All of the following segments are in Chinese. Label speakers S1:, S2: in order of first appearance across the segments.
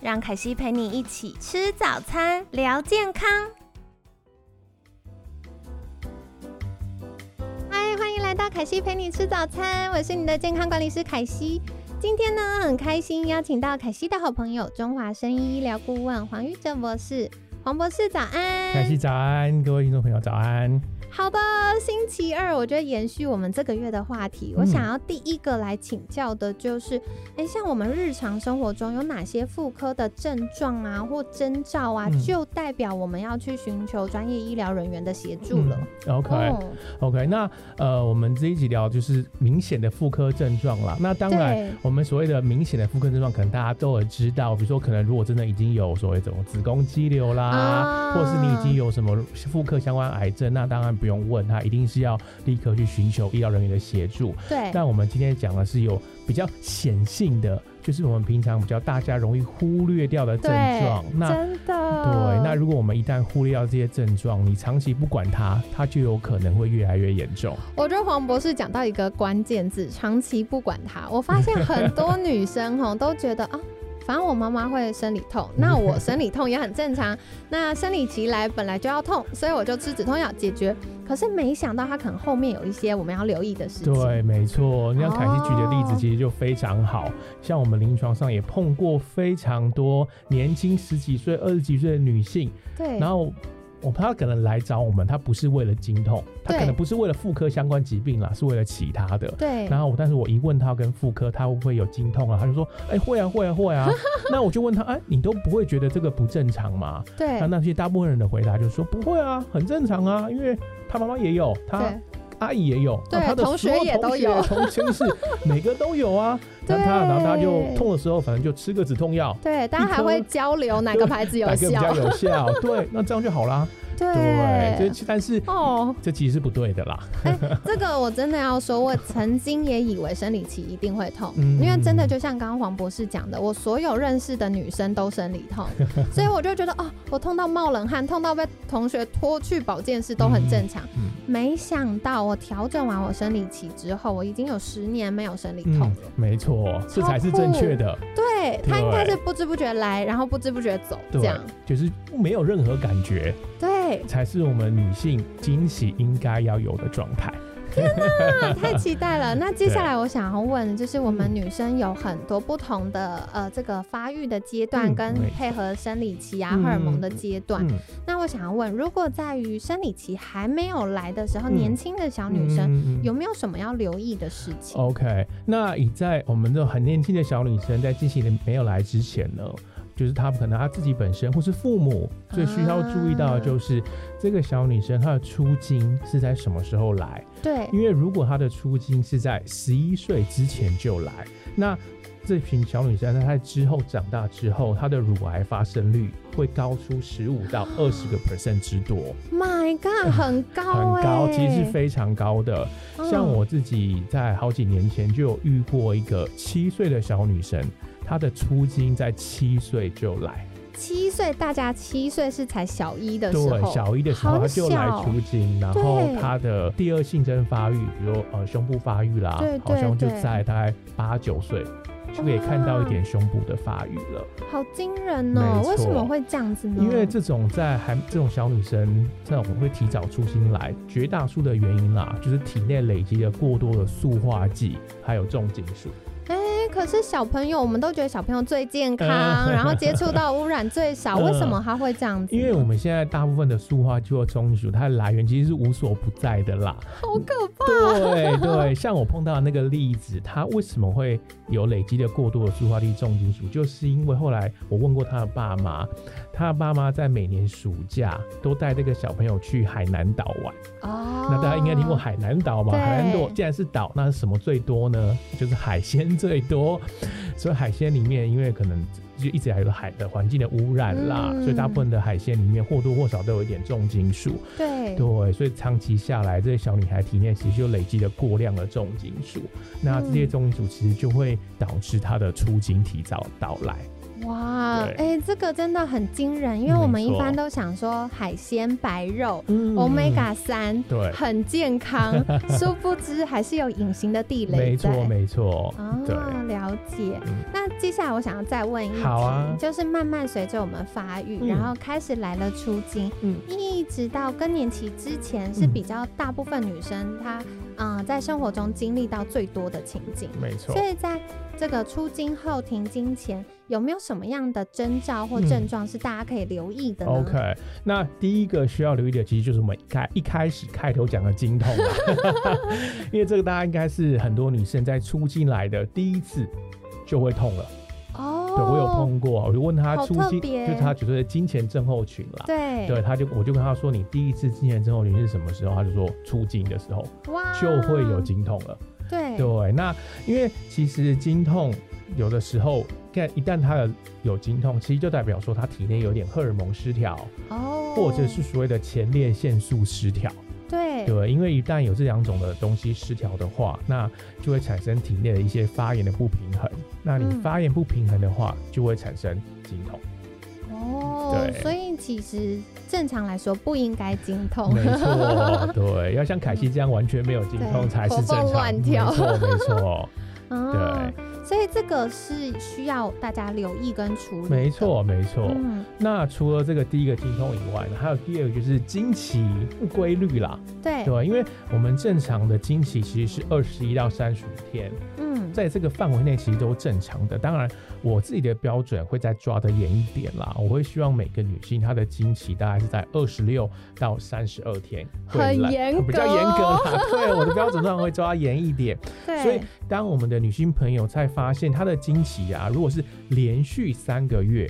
S1: 让凯西陪你一起吃早餐，聊健康。嗨，欢迎来到凯西陪你吃早餐，我是你的健康管理师凯西。今天呢，很开心邀请到凯西的好朋友中华生医医疗顾问黄玉哲博士。黄博士，早安！
S2: 凯西早安，各位听众朋友早安。
S1: 好的，星期二，我觉得延续我们这个月的话题，我
S2: 嗯
S1: 想要第一个来请教的就是，哎、像我们日常生活中有哪些妇科的症状啊或征兆啊，
S2: 嗯
S1: 就代表我们要去寻求专业医疗人员的协助了。
S2: 嗯，OK、
S1: 哦，
S2: OK，那呃，我们这一集聊就是明显的妇科症状啦。那当然，
S1: 对，
S2: 我们所谓的明显的妇科症状，可能大家都有知道，比如说可能如果真的已经有所谓这种子宫肌瘤啦。
S1: 啊
S2: 或是你已经有什么妇科相关癌症，那当然不用问，他一定是要立刻去寻求医疗人员的协助。
S1: 对，
S2: 但我们今天讲的是有比较显性的，就是我们平常比较大家容易忽略掉的症
S1: 对
S2: 状。那
S1: 真的，
S2: 对，那如果我们一旦忽略掉这些症状，你长期不管它，它就有可能会越来越严重。
S1: 我觉得黄博士讲到一个关键字，长期不管它。我发现很多女生吼都觉得啊，反正我妈妈会生理痛，那我生理痛也很正常。那生理期来本来就要痛，所以我就吃止痛药解决。可是没想到它可能后面有一些我们要留意的事情。
S2: 对，没错。你像凯西举的例
S1: 哦
S2: 子，其实就非常好、像我们临床上也碰过非常多年轻十几岁、二十几岁的女性，
S1: 对
S2: 然后。我她可能来找我们，她不是为了经痛，她
S1: 对
S2: 可能不是为了妇科相关疾病啦，是为了其他的。
S1: 对
S2: 然后我，但是我一问他跟妇科，他会不会有经痛啊？他就说，哎、会啊，会啊， 会啊。那我就问他，哎、你都不会觉得这个不正常吗？那
S1: 对
S2: 那些大部分人的回答就是说，不会啊，很正常啊，因为他妈妈也有，他
S1: 对
S2: 阿姨也有，啊
S1: 对
S2: 那他的
S1: 同学
S2: 所有
S1: 也
S2: 同
S1: 都
S2: 学
S1: 有
S2: 同 亲是每个都有啊。那他，然后他就
S1: 对
S2: 痛的时候，反正就吃个止痛药。
S1: 对，大家还会交流哪个牌子有
S2: 哪个比
S1: 效
S2: 较。有效？ 对，那这样就好啦。
S1: 对
S2: 对，，这但是
S1: 哦，
S2: 这其实是不对的啦。
S1: 这个我真的要说，我曾经也以为生理期一定会痛，
S2: 嗯
S1: 因为真的就像刚刚黄博士讲的，我所有认识的女生都生理 痛，所以我就觉得哦，我痛到冒冷汗，痛到被同学拖去保健室都很正常。
S2: 嗯
S1: 没想到我调整完我生理期之后，我已经有十年没有生理痛
S2: 嗯
S1: 了。，
S2: 没错，这才是
S1: 超酷
S2: 正确的。
S1: 对他应该
S2: 对
S1: 是不知不觉来，然后不知不觉走这
S2: 对
S1: 样。，
S2: 就是没有任何感觉，
S1: 对，
S2: 才是我们女性惊喜应该要有的状态。
S1: 啊， 太期待 了！那接下来我想要问，就是我们女生有很多不同的呃这个发育的阶段，
S2: 嗯
S1: 跟
S2: 没错
S1: 配合生理期啊、
S2: 嗯
S1: 荷尔蒙的阶段。
S2: 嗯，
S1: 那我想要问，如果在于生理期还没有来的时候，
S2: 嗯
S1: 年轻的小女生、
S2: 嗯哦嗯嗯
S1: 有没有什么要留意的事情？
S2: OK，那以在我们这种很年轻的小女生在进行没有来之前呢，就是她可能她自己本身或是父母最需要注意到的就是、这个小女生她的初经是在什么时候来？
S1: 对，
S2: 因为如果她的初经是在十一岁之前就来，那这群小女生在她之后长大之后，她的乳癌发生率会高出十五到二十个 percent 之多，
S1: ，My God，很高哎、
S2: 很高，其实是非常高的。
S1: 嗯
S2: 像我自己在好几年前就有遇过一个七岁的小女生，她的初经在七岁就来，
S1: 七岁，大家七岁是才小一的时
S2: 对，
S1: 候，
S2: 小一的时候
S1: 好
S2: 她就来
S1: 小
S2: 初经，然后
S1: 对
S2: 她的第二性征发育，比如呃胸部发育啦
S1: 对，
S2: 好像就
S1: 对对
S2: 在大概八九岁。就可以看到一点胸部的发育了，
S1: 好惊人哦、
S2: 没错
S1: 为什么会这样子呢？
S2: 因为这种在还这种小女生，这种会提早初经来，绝大数的原因啦，就是体内累积了过多的塑化剂，还有重金属。
S1: 哎可是小朋友，我们都觉得小朋友最健康，
S2: 嗯
S1: 然后接触到污染最少，
S2: 嗯
S1: 为什么他会这样子？
S2: 因为我们现在大部分的塑化剂或重金属，它的来源其实是无所不在的啦。
S1: 好可怕！
S2: 对对，像我碰到的那个例子，它为什么会有累积的过多的塑化剂、重金属，就是因为后来我问过他的爸妈，他的爸妈在每年暑假都带这个小朋友去海南岛玩。
S1: 哦，
S2: 那大家应该听过海南岛吧？
S1: 对
S2: 海南岛既然是岛，那是什么最多呢？就是海鲜最多。所以海鲜里面，因为可能就一直还有海的环境的污染啦，
S1: 嗯
S2: 所以大部分的海鲜里面或多或少都有一点重金属。
S1: 对，
S2: 对，所以长期下来，这些小女孩体内其实就累积了过量的重金属，那这些
S1: 嗯
S2: 重金属其实就会导致她的出经提早到来。
S1: 哇，
S2: 对
S1: 哎、这个真的很惊人，因为我们一
S2: 没错
S1: 般都想说海鲜、白肉、
S2: 嗯
S1: omega 三
S2: 对，
S1: 很健 康，殊不知还是有隐形的地雷
S2: 没
S1: 在。
S2: 错没错，对。
S1: 哦，了解
S2: 嗯。
S1: 那接下来我想要再问一题，
S2: 好啊
S1: 就是慢慢随着我们发育，
S2: 嗯
S1: 然后开始来了出经，
S2: 嗯
S1: 一直到更年期之前，是
S2: 嗯
S1: 比较大部分女生她嗯、呃在生活中经历到最多的情景。
S2: 没错
S1: 所，以在这个出经后停经前，有没有什么样的征兆或
S2: 嗯
S1: 症状是大家可以留意的呢？
S2: OK，那第一个需要留意的，其实就是我们一开一开始开头讲的经痛、啊，因为这个大家应该是很多女生在初经来的第一次就会痛了。
S1: 哦，
S2: 对我有碰过，我就问她
S1: 好
S2: 初
S1: 特
S2: 经，
S1: 别
S2: 就是她觉得经前症候群啦。
S1: 对
S2: 对，她就我就跟她说，你第一次经前症候群是什么时候？她就说初经的时候
S1: 哇
S2: 就会有经痛了。
S1: 哦对
S2: 对，那因为其实经痛有的时候，看一旦她的有经痛，其实就代表说她体内有点荷尔蒙失调。
S1: 哦，
S2: 或者是所谓的前列腺素失调，
S1: 对
S2: 对，因为一旦有这两种的东西失调的话，那就会产生体内的一些发炎的不平衡。那你
S1: 嗯
S2: 发炎不平衡的话，就会产生经痛。
S1: 哦，
S2: 对
S1: 所以其实正常来说不应该经痛，
S2: 没错， 对，要像凯西这样完全没有经痛
S1: 对
S2: 才是正
S1: 活蹦
S2: 常。
S1: 乱
S2: 没
S1: 跳
S2: 错，没错，
S1: 哦，
S2: 对，
S1: 所以这个是需要大家留意跟处理，
S2: 没，错，没错。
S1: 嗯，
S2: 那除了这个第一个经痛以外呢，还有第二个就是经期不规律啦，
S1: 对，
S2: 对，因为我们正常的经期其实是二十一到三十五天。
S1: 嗯，
S2: 在这个范围内其实都正常的。当然，我自己的标准会再抓得严一点啦，我会希望每个女性她的经期大概是在二十六到三十二天，会
S1: 很
S2: 来
S1: 严格
S2: 比较严格 啦。对，我的标准上会抓严一点。
S1: 对，
S2: 所以，当我们的女性朋友在发现她的经期啊，如果是连续三个月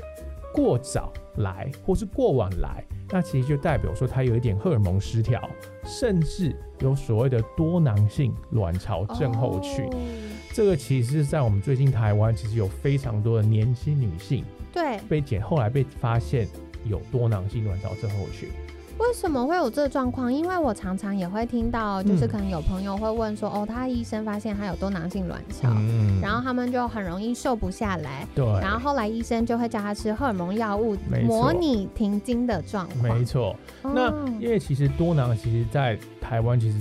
S2: 过早来或是过晚来，那其实就代表说她有一点荷尔蒙失调，甚至有所谓的多囊性卵巢症候群。
S1: 哦
S2: 这个其实是在我们最近台湾，其实有非常多的年轻女性
S1: 对，
S2: 被检，后来被发现有多囊性卵巢症候群。
S1: 为什么会有这个状况？因为我常常也会听到，就是
S2: 嗯
S1: 可能有朋友会问说，哦，他医生发现他有多囊性卵巢，
S2: 嗯
S1: 然后他们就很容易瘦不下来，
S2: 对，
S1: 然后后来医生就会叫他吃荷尔蒙药物，
S2: 没错
S1: 模拟停经的状况。
S2: 没错。
S1: 哦
S2: 那因为其实多囊，其实在台湾其实。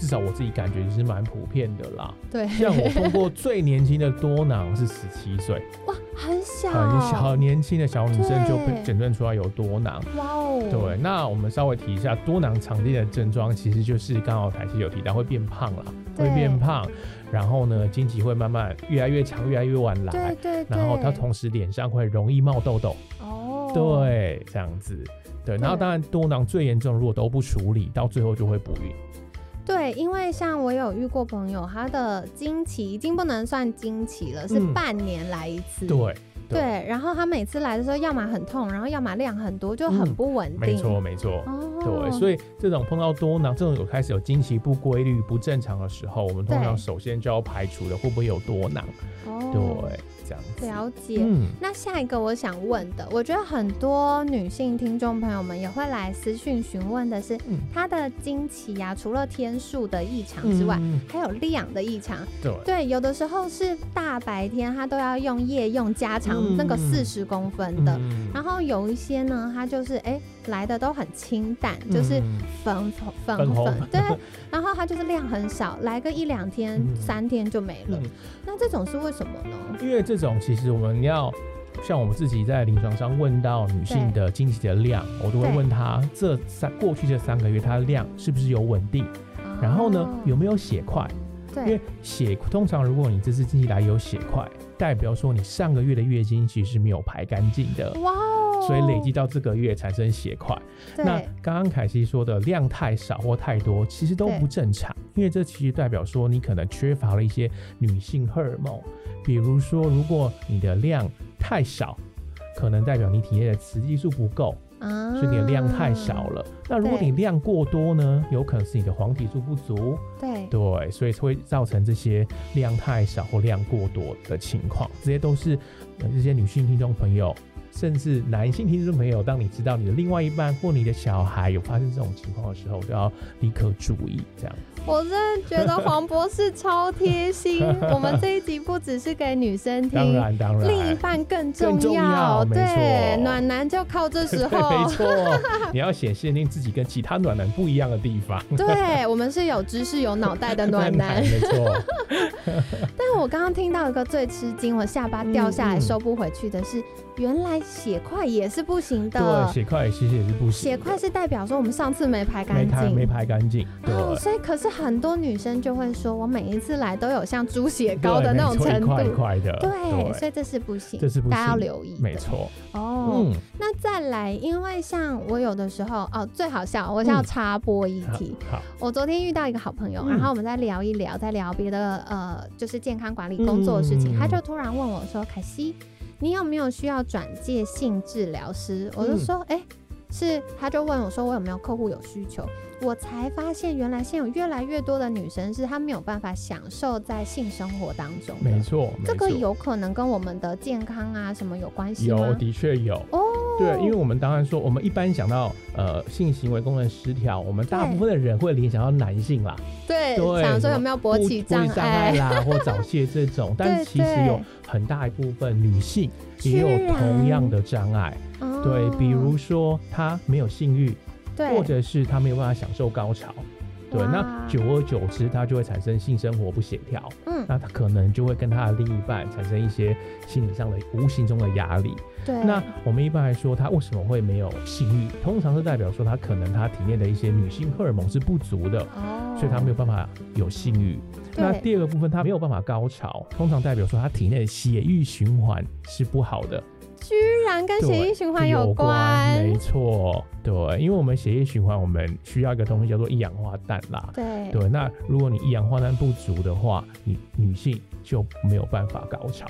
S2: 至少我自己感觉就是蛮普遍的 啦，
S1: 对，
S2: 像我碰过最年轻的多囊是十七岁，
S1: 哇，很小，
S2: 很小年轻的小女生就被
S1: 哦对
S2: 诊断出来有多囊。
S1: 哇哦，
S2: 对，，那我们稍微提一下多囊常见的症状，其实就是刚好台西有提到会变胖啦，会
S1: 对
S2: 变胖，然后呢，经期会慢慢越来越长，越来越晚
S1: 对
S2: 来，
S1: 对对，
S2: 然后它同时脸上会容易冒痘痘，
S1: 哦，，
S2: 对，这样子，对，然后
S1: 对
S2: 当然多囊最严重，如果都不处理，到最后就会不孕，
S1: 对，因为像我有遇过朋友，他的经期已经不能算经期了，是
S2: 嗯
S1: 半年来一次，
S2: 对，对
S1: 对，然后他每次来的时候，要么很痛，然后要么量很多，就很
S2: 嗯
S1: 不稳定。
S2: 没错，没错。
S1: 哦，
S2: 对，所以这种碰到多囊，这种有开始有经期不规律、不正常的时候，我们通常
S1: 对
S2: 首先就要排除的会不会有多囊，
S1: 哦，
S2: 对，这样子。
S1: 了解。
S2: 嗯，
S1: 那下一个我想问的，我觉得很多女性听众朋友们也会来私讯询问的是，
S2: 嗯
S1: 她的经期呀、除了天数的异常之外，
S2: 嗯
S1: 还有量的异常。
S2: 对，
S1: 对，有的时候是大白天她都要用夜用加长、
S2: 嗯
S1: 那个四十公分的，
S2: 嗯
S1: 然后有一些呢，它就是哎、来的都很清淡，就是
S2: 嗯
S1: 粉粉粉
S2: 粉红
S1: 粉，对，然后它就是量很少，来个一两天、
S2: 嗯
S1: 三天就没了。
S2: 嗯
S1: 那这种是为什么呢？
S2: 因为这种其实我们要像我们自己在临床上问到女性的经期的量，我都会
S1: 对
S2: 问她这三过去这三个月她的量是不是有稳定，然后呢、
S1: 哦
S2: 有没有血块？因
S1: 对
S2: 为血通常如果你这次经期来有血块，代表说你上个月的月经其实是没有排干净的。
S1: 哇哦，
S2: 所以累积到这个月产生血块，那
S1: 对
S2: 刚刚凯西说的量太少或太多，其实都
S1: 对
S2: 不正常，因为这其实代表说你可能缺乏了一些女性荷尔蒙，比如说如果你的量太少，可能代表你体内的雌激素不够，
S1: 啊
S2: 所以你的量太少。了。那如果你量过多呢，有可能是你的黄体素不足，
S1: 对，
S2: 对，所以会造成这些量太少或量过多的情况。这些都是、呃这些女性听众朋友，甚至男性听众朋友，当你知道你的另外一半或你的小孩有发生这种情况的时候，都要立刻注意。这样，
S1: 我真的觉得黄博士超贴 心。我们这一集不只是给女生
S2: 当
S1: 听，
S2: 然当然，
S1: 另一半更
S2: 更重要没
S1: 对，
S2: 错
S1: 暖男就靠这时
S2: 对，没
S1: 候。
S2: 错，你要显现你自己跟其他暖男不一样的地方。
S1: 对我们是有知识、有脑袋的暖男。
S2: 没错，
S1: 但我刚刚听到一个最吃惊，我下巴掉下来
S2: 嗯嗯
S1: 收不回去的是，原来血块也是不行
S2: 对，
S1: 的。
S2: 血块其实也是不行的，
S1: 血块是代表说我们上次没排
S2: 没
S1: 干
S2: 排
S1: 净，
S2: 没排干净，对。
S1: 哦，所以可是很多女生就会说，我每一次来都有像猪血
S2: 对
S1: 糕的那
S2: 没
S1: 种
S2: 错
S1: 程
S2: 一块
S1: 度。
S2: 一块的，
S1: 对，所以这是不行，
S2: 这是不
S1: 大家要
S2: 行
S1: 留意的。
S2: 没错，
S1: 哦，
S2: 嗯，
S1: 那再来，因为像我有的时候哦，最好笑，我要
S2: 嗯
S1: 插播一
S2: 好
S1: 题。
S2: 好，
S1: 我昨天遇到一个好朋友，
S2: 嗯
S1: 然后我们在聊一聊，在聊别的呃，就是健康管理工作的事情，
S2: 嗯
S1: 他就突然问我说：“凯西，你有没有需要转介性治疗师？”我就说：“哎、
S2: 嗯
S1: 是。”他就问我说：“我有没有客户有需求？”我才发现，原来现在有越来越多的女生是她没有办法享受在性生活当中的
S2: 没错，
S1: 这个
S2: 没错
S1: 有可能跟我们的健康啊什么有关系吗？
S2: 有，的确有。
S1: 哦，
S2: 对，因为我们当然说，我们一般想到呃性行为功能失调，我们大
S1: 对
S2: 部分的人会联想到男性啦，
S1: 对
S2: 对
S1: 想说
S2: 什么
S1: 有没有勃起
S2: 不不会
S1: 碍
S2: 障碍 啦或早泄这种，但
S1: 对
S2: 其实
S1: 对
S2: 有很大一部分女性
S1: 居
S2: 也有
S1: 然
S2: 同样的障碍，
S1: 哦
S2: 对，比如说她没有性欲，
S1: 对
S2: 或者是她没有办法享受高潮。对，
S1: 哇
S2: 那久而久之，她就会产生性生活不协调，
S1: 嗯
S2: 那她可能就会跟她的另一半产生一些心理上的无形中的压力。
S1: 对
S2: 那我们一般来说，她为什么会没有性欲？通常是代表说她可能她体内的一些女性荷尔蒙是不足的，
S1: 哦，
S2: 所以她没有办法有性欲。那
S1: 对
S2: 第二个部分，她没有办法高潮，通常代表说她体内的血液循环是不好的，
S1: 居然跟
S2: 对
S1: 血液循环有
S2: 关
S1: 关
S2: 没，错，对，因为我们血液循环，我们需要一个东西叫做一氧化氮啦。
S1: 对
S2: 对，那如果你一氧化氮不足的话，你女性就没有办法高潮。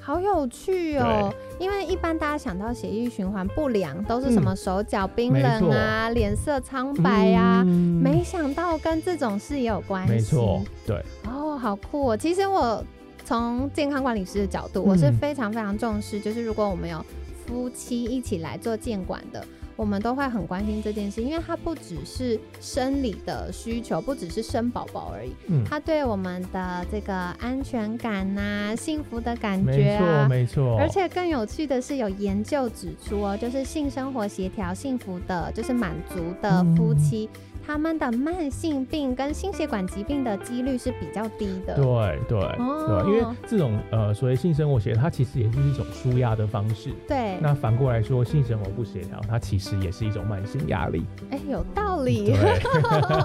S1: 好有趣哦。因为一般大家想到血液循环不良，都
S2: 嗯
S1: 是什么手脚冰冷啊、脸色苍白啊，
S2: 嗯
S1: 没想到跟这种事也有关系。
S2: 没错，，对，
S1: 哦，好酷哦。其实我从健康管理师的角度，我是
S2: 嗯
S1: 非常非常重视，就是如果我们有夫妻一起来做监管的。我们都会很关心这件事，因为它不只是生理的需求，不只是生宝宝而已，
S2: 嗯，
S1: 它对我们的这个安全感呐、幸福的感觉
S2: 没错，
S1: 啊。
S2: 没错，
S1: 而且更有趣的是，有研究指出哦，就是性生活协调、幸福的，就是满足的
S2: 嗯
S1: 夫妻，他们的慢性病跟心血管疾病的几率是比较低的。
S2: 对对、
S1: 哦
S2: 对，因为这种呃所谓性生活协调，它其实也是一种舒压的方式。
S1: 对，
S2: 那反过来说，性生活不协调，它其实也是一种慢性压力。
S1: 哎，有道理，
S2: 对，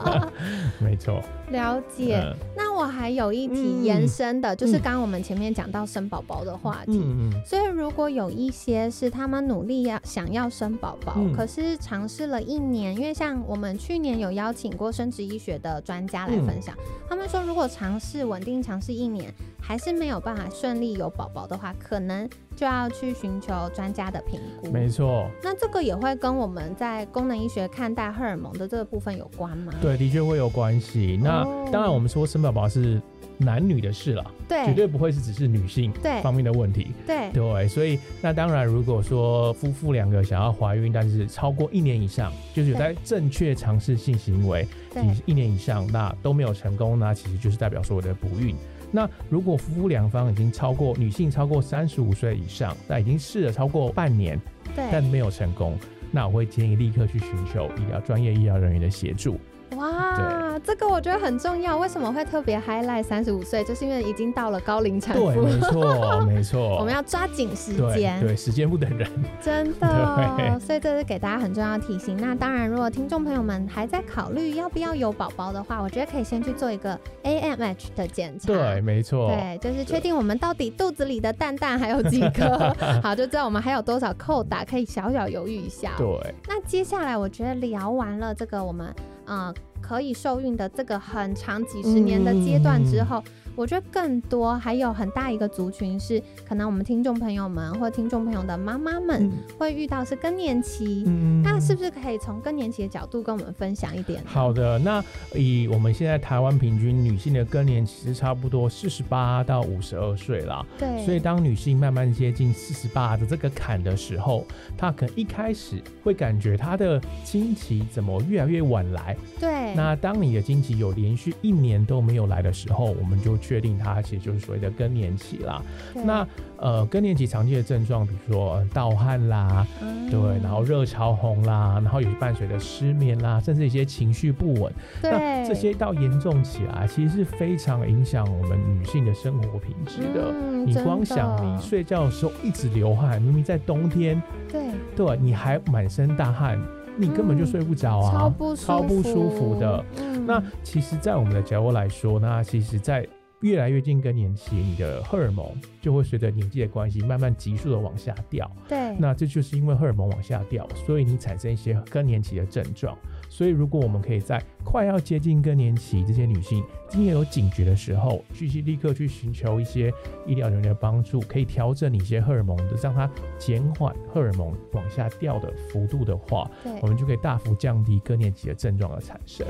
S2: 没错。
S1: 了解。
S2: 嗯
S1: 那我还有一题
S2: 嗯
S1: 延伸的，就是
S2: 嗯
S1: 刚刚我们前面讲到生宝宝的话题。
S2: 嗯嗯，
S1: 所以，如果有一些是他们努力要想要生宝宝，
S2: 嗯
S1: 可是尝试了一年，因为像我们去年有邀请过生殖医学的专家来分
S2: 嗯
S1: 享，他们说，如果尝试稳定尝试一年还是没有办法顺利有宝宝的话，可能就要去寻求专家的评估。
S2: 没错，
S1: 那这个也会跟我们在功能医学看待荷尔蒙的这个部分有关吗？
S2: 对，的确会有关系。那、
S1: 哦
S2: 当然，我们说生宝宝是男女的事啦，绝
S1: 对
S2: 对不会是只是女性
S1: 对
S2: 方面的问题。
S1: 对
S2: 对，所以那当然，如果说夫妇两个想要怀孕，但是超过一年以上，就是有在正确尝试性行为，
S1: 对
S2: 一年以上，那都没有成功，那其实就是代表说我的不孕。那如果夫妇两方已经超过女性超过三十五岁以上，那已经试了超过半年，但
S1: 对，
S2: 没有成功，那我会建议立刻去寻求医疗专业医疗人员的协助。
S1: 哇，这个我觉得很重要。为什么会特别 highlight 三十五岁？就是因为已经到了高龄产
S2: 对，
S1: 妇。
S2: 没 错，没错。
S1: 我们要抓紧时
S2: 对
S1: 间，
S2: 对，时间不等人。
S1: 真的，
S2: 对
S1: 所以这是给大家很重要的提醒。那当然，如果听众朋友们还在考虑要不要有宝宝的话，我觉得可以先去做一个 AMH 的检查。
S2: 对，没错。
S1: 对，就是确定我们到底肚子里的蛋蛋还有几颗， 好，就知道我们还有多少扣打，可以小小犹豫一下。
S2: 对，
S1: 那接下来我觉得聊完了
S2: 嗯
S1: 这个我们呃可以受孕的这个很长几十年的阶段之后，我觉得更多还有很大一个族群是，可能我们听众朋友们或听众朋友的妈妈们会遇到是更年期。
S2: 嗯
S1: 嗯那是不是可以从更年期的角度跟我们分享一点呢？
S2: 好的，那以我们现在台湾平均女性的更年期是差不多四十八到五十二岁啦，
S1: 对，
S2: 所以当女性慢慢接近四十八的这个坎的时候，她可能一开始会感觉她的经期怎么越来越晚来。
S1: 对，
S2: 那当你的经期有连续一年都没有来的时候，我们就确定它其实就是所谓的更年期啦。
S1: 对
S2: 那呃，更年期常见的症状，比如说呃盗汗啦，
S1: 嗯
S2: 对，然后热潮红啦，然后有伴随着失眠啦，甚至一些情绪不稳。那
S1: 对
S2: 这些到严重起来，其实是非常影响我们女性的生活品质的。
S1: 嗯
S2: 你
S1: 真
S2: 光
S1: 的
S2: 想你睡觉的时候一直流汗，明明在冬天，
S1: 对
S2: 对你还满身大汗，你根本就
S1: 嗯
S2: 睡不着啊，
S1: 超不舒
S2: 超不舒服的。
S1: 嗯
S2: 那其实，在我们的角度来说，那其实，在越来越近更年期，你的荷尔蒙就会随着年纪的关系，慢慢急速的往下掉。
S1: 对
S2: 那这就是因为荷尔蒙往下掉，所以你产生一些更年期的症状。所以，如果我们可以在快要接近更年期这些女性今天有警觉的时候，去去立刻去寻求一些医疗人员的帮助，可以调整你一些荷尔蒙的，让它减缓荷尔蒙往下掉的幅度的话，
S1: 对
S2: 我们就可以大幅降低更年期的症状的产生。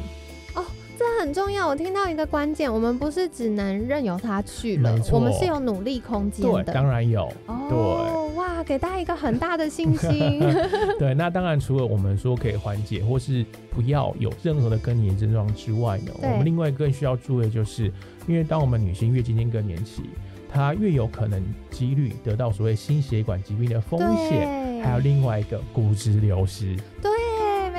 S1: 这很重要。我听到一个关键，我们不是只能任由它去了
S2: 没，错
S1: 我们是有努力空间
S2: 对，
S1: 的。
S2: 当然有。
S1: 哦，哇，给大家一个很大的信心。
S2: 对，那当然除了我们说可以缓解或是不要有任何的更年症状之外呢，我
S1: 对
S2: 们另外更需要注意的就是，因为当我们女性越接近更年期，她越有可能几率得到所谓心血管疾病的风险。
S1: 对，
S2: 还有另外一个骨质流失，
S1: 对，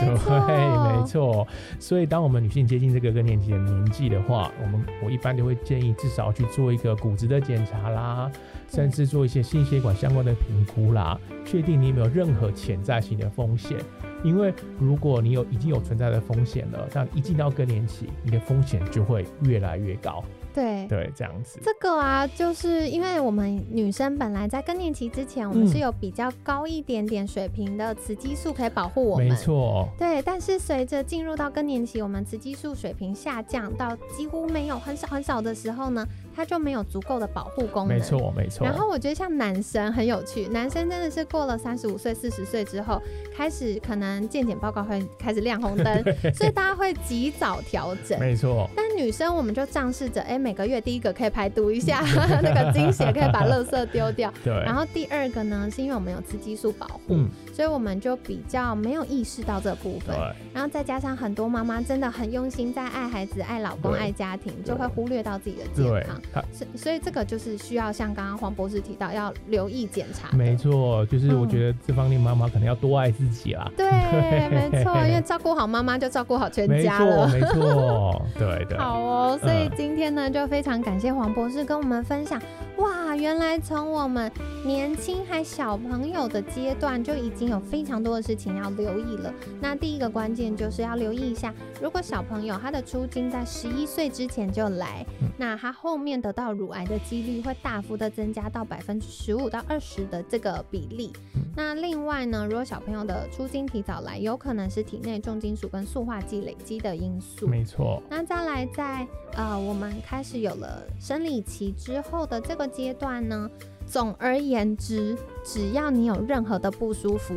S1: 没错，
S2: 对， 没错。所以，当我们女性接近这个更年期的年纪的话，我们我一般就会建议至少去做一个骨质的检查啦，
S1: 对
S2: 甚至做一些心血管相关的评估啦，确定你有没有任何潜在性的风险。因为如果你有已经有存在的风险了，那一进到更年期，你的风险就会越来越高。
S1: 对。
S2: 对，这样子。
S1: 这个啊，就是因为我们女生本来在更年期之前，我们
S2: 嗯
S1: 是有比较高一点点水平的雌激素可以保护我们。
S2: 没错，
S1: 对，但是随着进入到更年期，我们雌激素水平下降到几乎没有很少很少的时候呢，它就没有足够的保护功能。
S2: 没。错，没错。
S1: 然后我觉得像男生很有趣，男生真的是过了三十五岁、四十岁之后，开始可能健检报告会开始亮红 灯，所以大家会及早调整。
S2: 没错，
S1: 但女生我们就仗势着，哎，每个月第一个可以排毒一下 那个经血，可以把垃圾丢掉。
S2: 对。
S1: 然后第二个呢，是因为我们有雌激素保护，
S2: 嗯，
S1: 所以我们就比较没有意识到这部分
S2: 对。，
S1: 然后再加上很多妈妈真的很用心在爱孩子、爱老公、
S2: 对
S1: 爱家庭，就会忽略到自己的健
S2: 对
S1: 康。，
S2: 它
S1: 所所以这个就是需要像刚刚黄博士提到，要留意检查的。
S2: 没错，就是我
S1: 嗯
S2: 觉得这方面妈妈可能要多爱自己啦。
S1: 对，没错，因为照顾好妈妈就照顾好全
S2: 没
S1: 家
S2: 错，
S1: 了。
S2: 没错，对的。
S1: 好哦，所以
S2: 嗯
S1: 今天呢，就非常感谢黄博士跟我们分享。哇，原来从我们年轻还小朋友的阶段就已经有非常多的事情要留意了。那第一个关键就是要留意一下，如果小朋友他的出经在十一岁之前就来，
S2: 嗯
S1: 那他后面得到乳癌的几率会大幅的增加到百分之十五到二十的这个比例。
S2: 嗯
S1: 那另外呢，如果小朋友的出经提早来，有可能是体内重金属跟塑化剂累积的因素。
S2: 没错，
S1: 那再来在，呃，我们开始有了生理期之后的这个阶段呢，总而言之，只要你有任何的不舒服，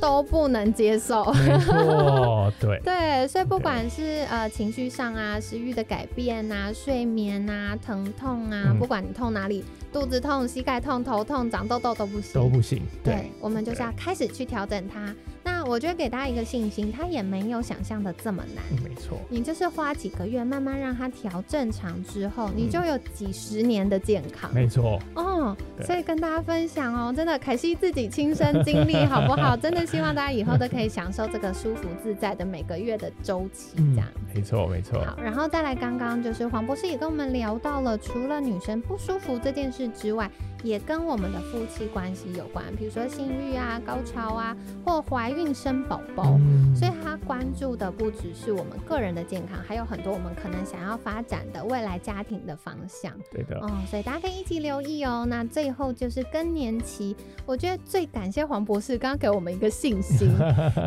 S1: 都不能接受。
S2: 没错，对，
S1: 对，所以不
S2: 对
S1: 管是呃情绪上啊、食欲的改变啊、睡眠啊、疼痛啊，
S2: 嗯
S1: 不管你痛哪里，肚子痛、膝盖痛、头痛、长痘痘都不行，
S2: 都不行，对，
S1: 对，我们就是要开始去调整它。那我觉得给大家一个信心，它也没有想象的这么难。
S2: 嗯没错，
S1: 你就是花几个月，慢慢让它调正常之后，你
S2: 嗯
S1: 就有几十年的健康。
S2: 没错，
S1: 哦，
S2: 对
S1: 所以跟大家分享哦，真的凯西自己亲身经历好不 好？真的希望大家以后都可以享受这个舒服自在的每个月的周期，这
S2: 嗯
S1: 样。，
S2: 没错，没错，
S1: 好，然后再来，刚刚就是黄博士也跟我们聊到了，除了女生不舒服这件事之外，也跟我们的夫妻关系有关，比如说性欲啊、高潮啊，或怀孕生宝宝。
S2: 嗯
S1: 哦所以他关注的不只是我们个人的健康，还有很多我们可能想要发展的未来家庭的方向。
S2: 对的，
S1: 哦，所以大家可以一起留意哦。那最后就是更年期， 我觉得最感谢黄博士刚刚给我们一个信心，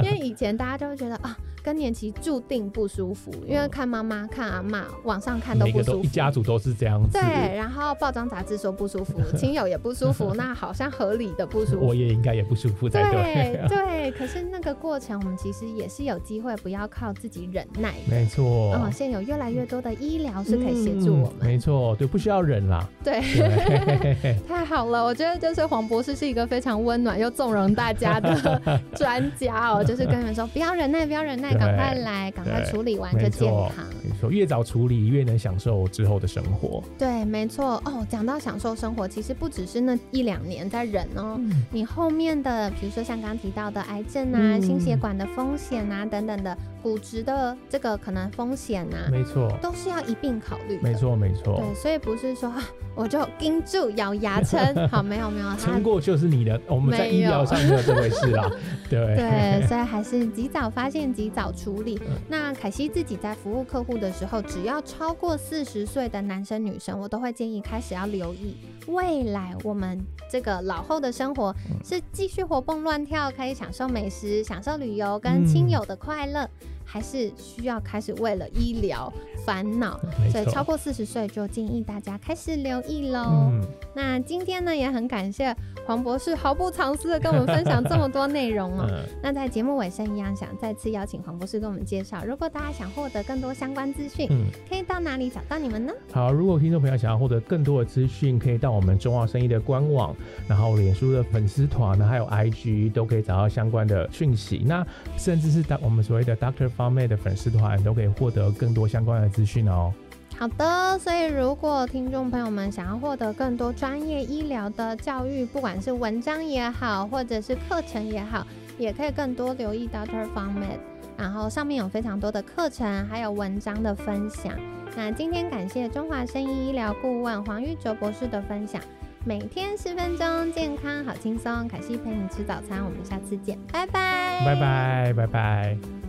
S1: 因为以前大家就会觉得啊，更年期注定不舒服，因为看妈妈、看阿妈，网上看都
S2: 哦每
S1: 不
S2: 个
S1: 舒
S2: 都
S1: 服。
S2: 一家族都是这样子。
S1: 对，然后报章杂志说不 舒服，亲友也不舒服，那好像合理的不舒服
S2: 我。也应该也不舒服才对。啊
S1: 对对，可是那个过程，我们其实也是有机会，不要靠自己忍耐的。
S2: 没错，
S1: 哦，现有越来越多的医疗是可以协助我
S2: 嗯
S1: 们。
S2: 没错，对，不需要忍啦。
S1: 对，
S2: 对
S1: 太好了，我觉得就是黄博士是一个非常温暖又纵容大家 的专家哦，就是跟你们说不要忍耐，不要忍耐，
S2: 对
S1: 赶快来，赶快
S2: 对
S1: 处理完就
S2: 没
S1: 健
S2: 错
S1: 康。，
S2: 没错，越早处理越能享受之后的生活。
S1: 对，没错哦。讲到享受生活，其实不只是那一两年在忍哦，
S2: 嗯，
S1: 你后面的，比如说像刚刚提到的癌症啊、
S2: 嗯
S1: 心血管的风险啊等等的，骨质的这个可能风险啊，
S2: 没错，
S1: 都是要一并考虑的。
S2: 没。错，没错
S1: 对，。所以不是说啊，我就盯住咬牙 撑，好，没有没有，他
S2: 撑过就是你的，我们在医疗上没有这回事啦。 对，
S1: 对，所以还是及早发现、及早处理
S2: 嗯。
S1: 那凯西自己在服务客户的时候，只要超过四十岁的男生女生，我都会建议开始要留意，未来我们这个老后的生活
S2: 嗯
S1: 是继续活蹦乱跳，可以享受美食、享受旅游
S2: 嗯
S1: 跟亲友的快乐，还是需要开始为了医疗烦恼。
S2: 没
S1: 所以超
S2: 错。
S1: 过四十岁就建议大家开始留意喽。
S2: 嗯，
S1: 那今天呢，也很感谢黄博士毫不藏私的跟我们分享这么多内容哦。
S2: 嗯
S1: 那在节目尾声一样，想再次邀请黄博士跟我们介绍，如果大家想获得更多相关资讯，
S2: 嗯，
S1: 可以到哪里找到你们呢？
S2: 好，如果听众朋友想要获得更多的资讯，可以到我们中华生意的官网，然后脸书的粉丝团，还有 IG 都可以找到相关的讯息。那甚至是当我们所谓的 Doctor Farm 的粉丝团，都可以获得更多相关的资讯哦。
S1: 好的，所以如果听众朋友们想要获得更多专业医疗的教育，不管是文章也好，或者是课程也好，也可以更多留意 Doctor Format，然后上面有非常多的课程，还有文章的分享。那今天感谢中华生意医疗顾问黄玉哲博士的分享，每天十分钟，健康好轻松。凯西陪你吃早餐，我们下次见，拜拜，
S2: 拜拜，拜拜。